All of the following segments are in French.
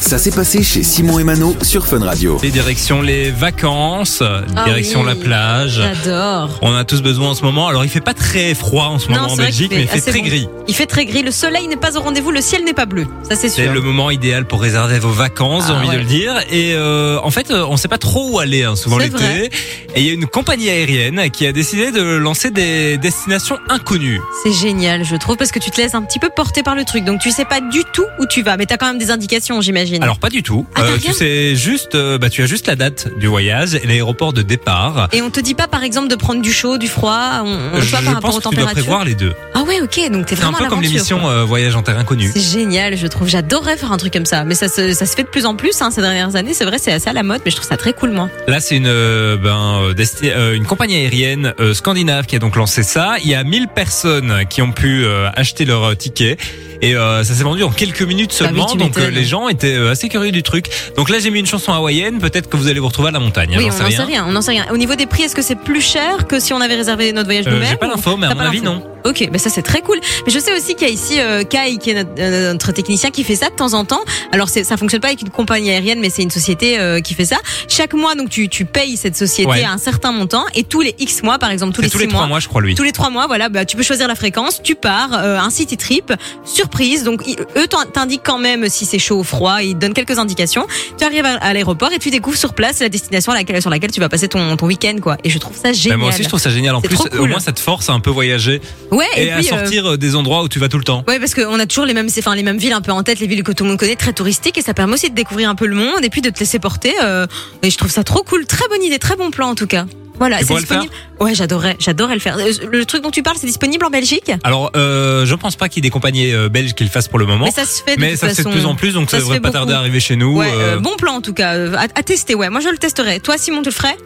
Ça s'est passé chez Simon et Mano sur Fun Radio. Et direction les vacances, direction Ah oui. la plage. J'adore. On a tous besoin en ce moment. Alors il fait pas très froid en ce moment c'est en vrai qu'il Belgique, mais il fait assez très bon. gris. Il fait très gris. Le soleil n'est pas au rendez-vous, le ciel n'est pas bleu. Ça, c'est C'est sûr. le moment idéal pour réserver vos vacances, j'ai Ah, envie de ouais. le dire. Et euh, en fait, euh, on sait pas trop où aller, hein, souvent C'est l'été. vrai. Et il y a une compagnie aérienne qui a décidé de lancer des destinations inconnues. C'est génial, je trouve, parce que tu te laisses un petit peu porter par le truc. Donc, tu sais pas du tout où tu vas, mais t'as quand même des indications, j'imagine. Alors pas du tout. Euh, Ah, t'as tu rien sais juste, euh, bah tu as juste la date du voyage et l'aéroport de départ. Euh, Et on te dit pas, par exemple, de prendre du chaud, du froid. On, on je pas par rapport pense aux que tu dois températures. prévoir les deux. Ah ouais, ok. Donc, t'es C'est un vraiment peu à comme l'aventure, l'émission quoi. euh, Voyage en terre inconnue. C'est génial, je trouve. J'adorerais faire un truc comme ça. Mais ça se, ça se fait de plus en plus hein, ces dernières années. C'est vrai, c'est assez à la mode, mais je trouve ça très cool, moi. Là, c'est une, euh, ben, euh, desti- euh, une compagnie aérienne euh, scandinave qui a donc lancé ça. Il y a 1000 personnes qui ont pu euh, acheter leur euh, ticket. Et euh, ça s'est vendu en quelques minutes Bah oui, seulement, tu donc euh, m'étonnes. les gens étaient euh, assez curieux du truc. Donc là, j'ai mis une chanson hawaïenne, peut-être que vous allez vous retrouver à la montagne, oui, j'en on sais n'en sait rien. rien. On n'en sait rien. Au niveau des prix, est-ce que c'est plus cher que si on avait réservé notre voyage Euh, nous-mêmes j'ai pas ou- l'info, mais à T'as mon pas avis, l'info. non. Ok, bah ça c'est très cool. Mais je sais aussi qu'il y a ici euh, Kai, qui est notre, euh, notre technicien, qui fait ça de temps en temps. Alors c'est- ça fonctionne pas avec une compagnie aérienne, mais c'est une société euh, qui fait ça. Chaque mois, donc tu, tu payes cette société Ouais. à un certain montant, et tous les X mois, par exemple tous C'est les tous six les trois mois, je crois, lui. tous les trois mois, voilà, bah, tu peux choisir la fréquence, tu pars, euh, un city trip, surprise. Donc, ils- eux t'in- t'indiquent quand même si c'est chaud ou froid, ils te donnent quelques indications. Tu arrives à, à l'aéroport et tu découvres sur place la destination à laquelle, sur laquelle tu vas passer ton, ton week-end, quoi. Et je trouve ça Bah, génial. moi aussi, je trouve ça génial. En C'est plus, euh, trop cool. au moins, ça te force à un peu voyager ouais, et, et, à puis. euh, sortir euh, des endroits où tu vas tout le temps. Ouais, parce qu'on a toujours les mêmes, enfin, les mêmes villes un peu en tête, les villes que tout le monde connaît, très touristiques, et ça permet aussi de découvrir un peu le monde et puis de te laisser porter. euh, et je trouve ça trop cool, très bonne idée, très bon plan en tout cas. Voilà, Tu c'est pourrais le faire disponible. ouais, j'adorais, j'adorais le faire. Euh, Le truc dont tu parles, c'est disponible en Belgique, Alors, euh, je pense pas qu'il y ait des compagnies euh, belges qui le fassent pour le moment. mais ça se fait. De Mais toute ça se fait de façon. plus en plus, donc ça, Ça se devrait fait pas tarder à beaucoup. arriver chez nous. Ouais, euh, euh, bon plan en tout cas, euh, à, à tester. Ouais, moi je le testerai. Toi, Simon, tu le ferais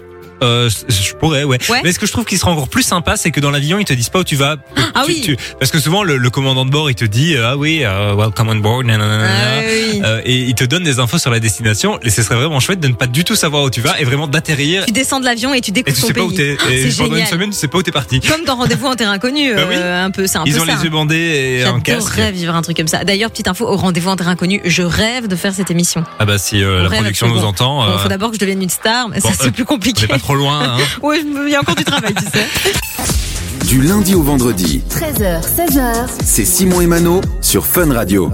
Euh, je- je pourrais, ouais. Ouais. Mais ce que je trouve qui sera encore plus sympa, c'est que dans l'avion, ils te disent pas où tu vas. Ah Tu- oui. tu- Parce que souvent, le, le commandant de bord, il te dit euh, ah oui, euh, welcome on board, nanana, nanana. Ah oui. Euh, et il te donne des infos sur la destination. Et ce serait vraiment chouette de ne pas du tout savoir où tu vas et vraiment d'atterrir. Tu descends de l'avion et tu Et découvres tu ton sais pas où pays. Ah, t'es. Et C'est pendant une génial. semaine, tu sais pas où t'es parti. Comme dans Rendez-vous en terrain inconnu, Bah oui. euh, un peu, c'est un Ils peu ont ça. les yeux bandés et un casque. J'adorerais vivre un truc comme ça. D'ailleurs, petite info, au rendez-vous en terrain inconnu, je rêve de faire cette émission. Ah bah si euh, la rêve production nous absolument. entend, Bon, euh, faut d'abord que je devienne une star, mais bon, ça c'est euh, on plus n'est compliqué. pas trop loin. hein. Ouais, je me- il y a encore du travail, tu sais. Du lundi au vendredi, 13h, 16h. c'est Simon et Mano sur Fun Radio.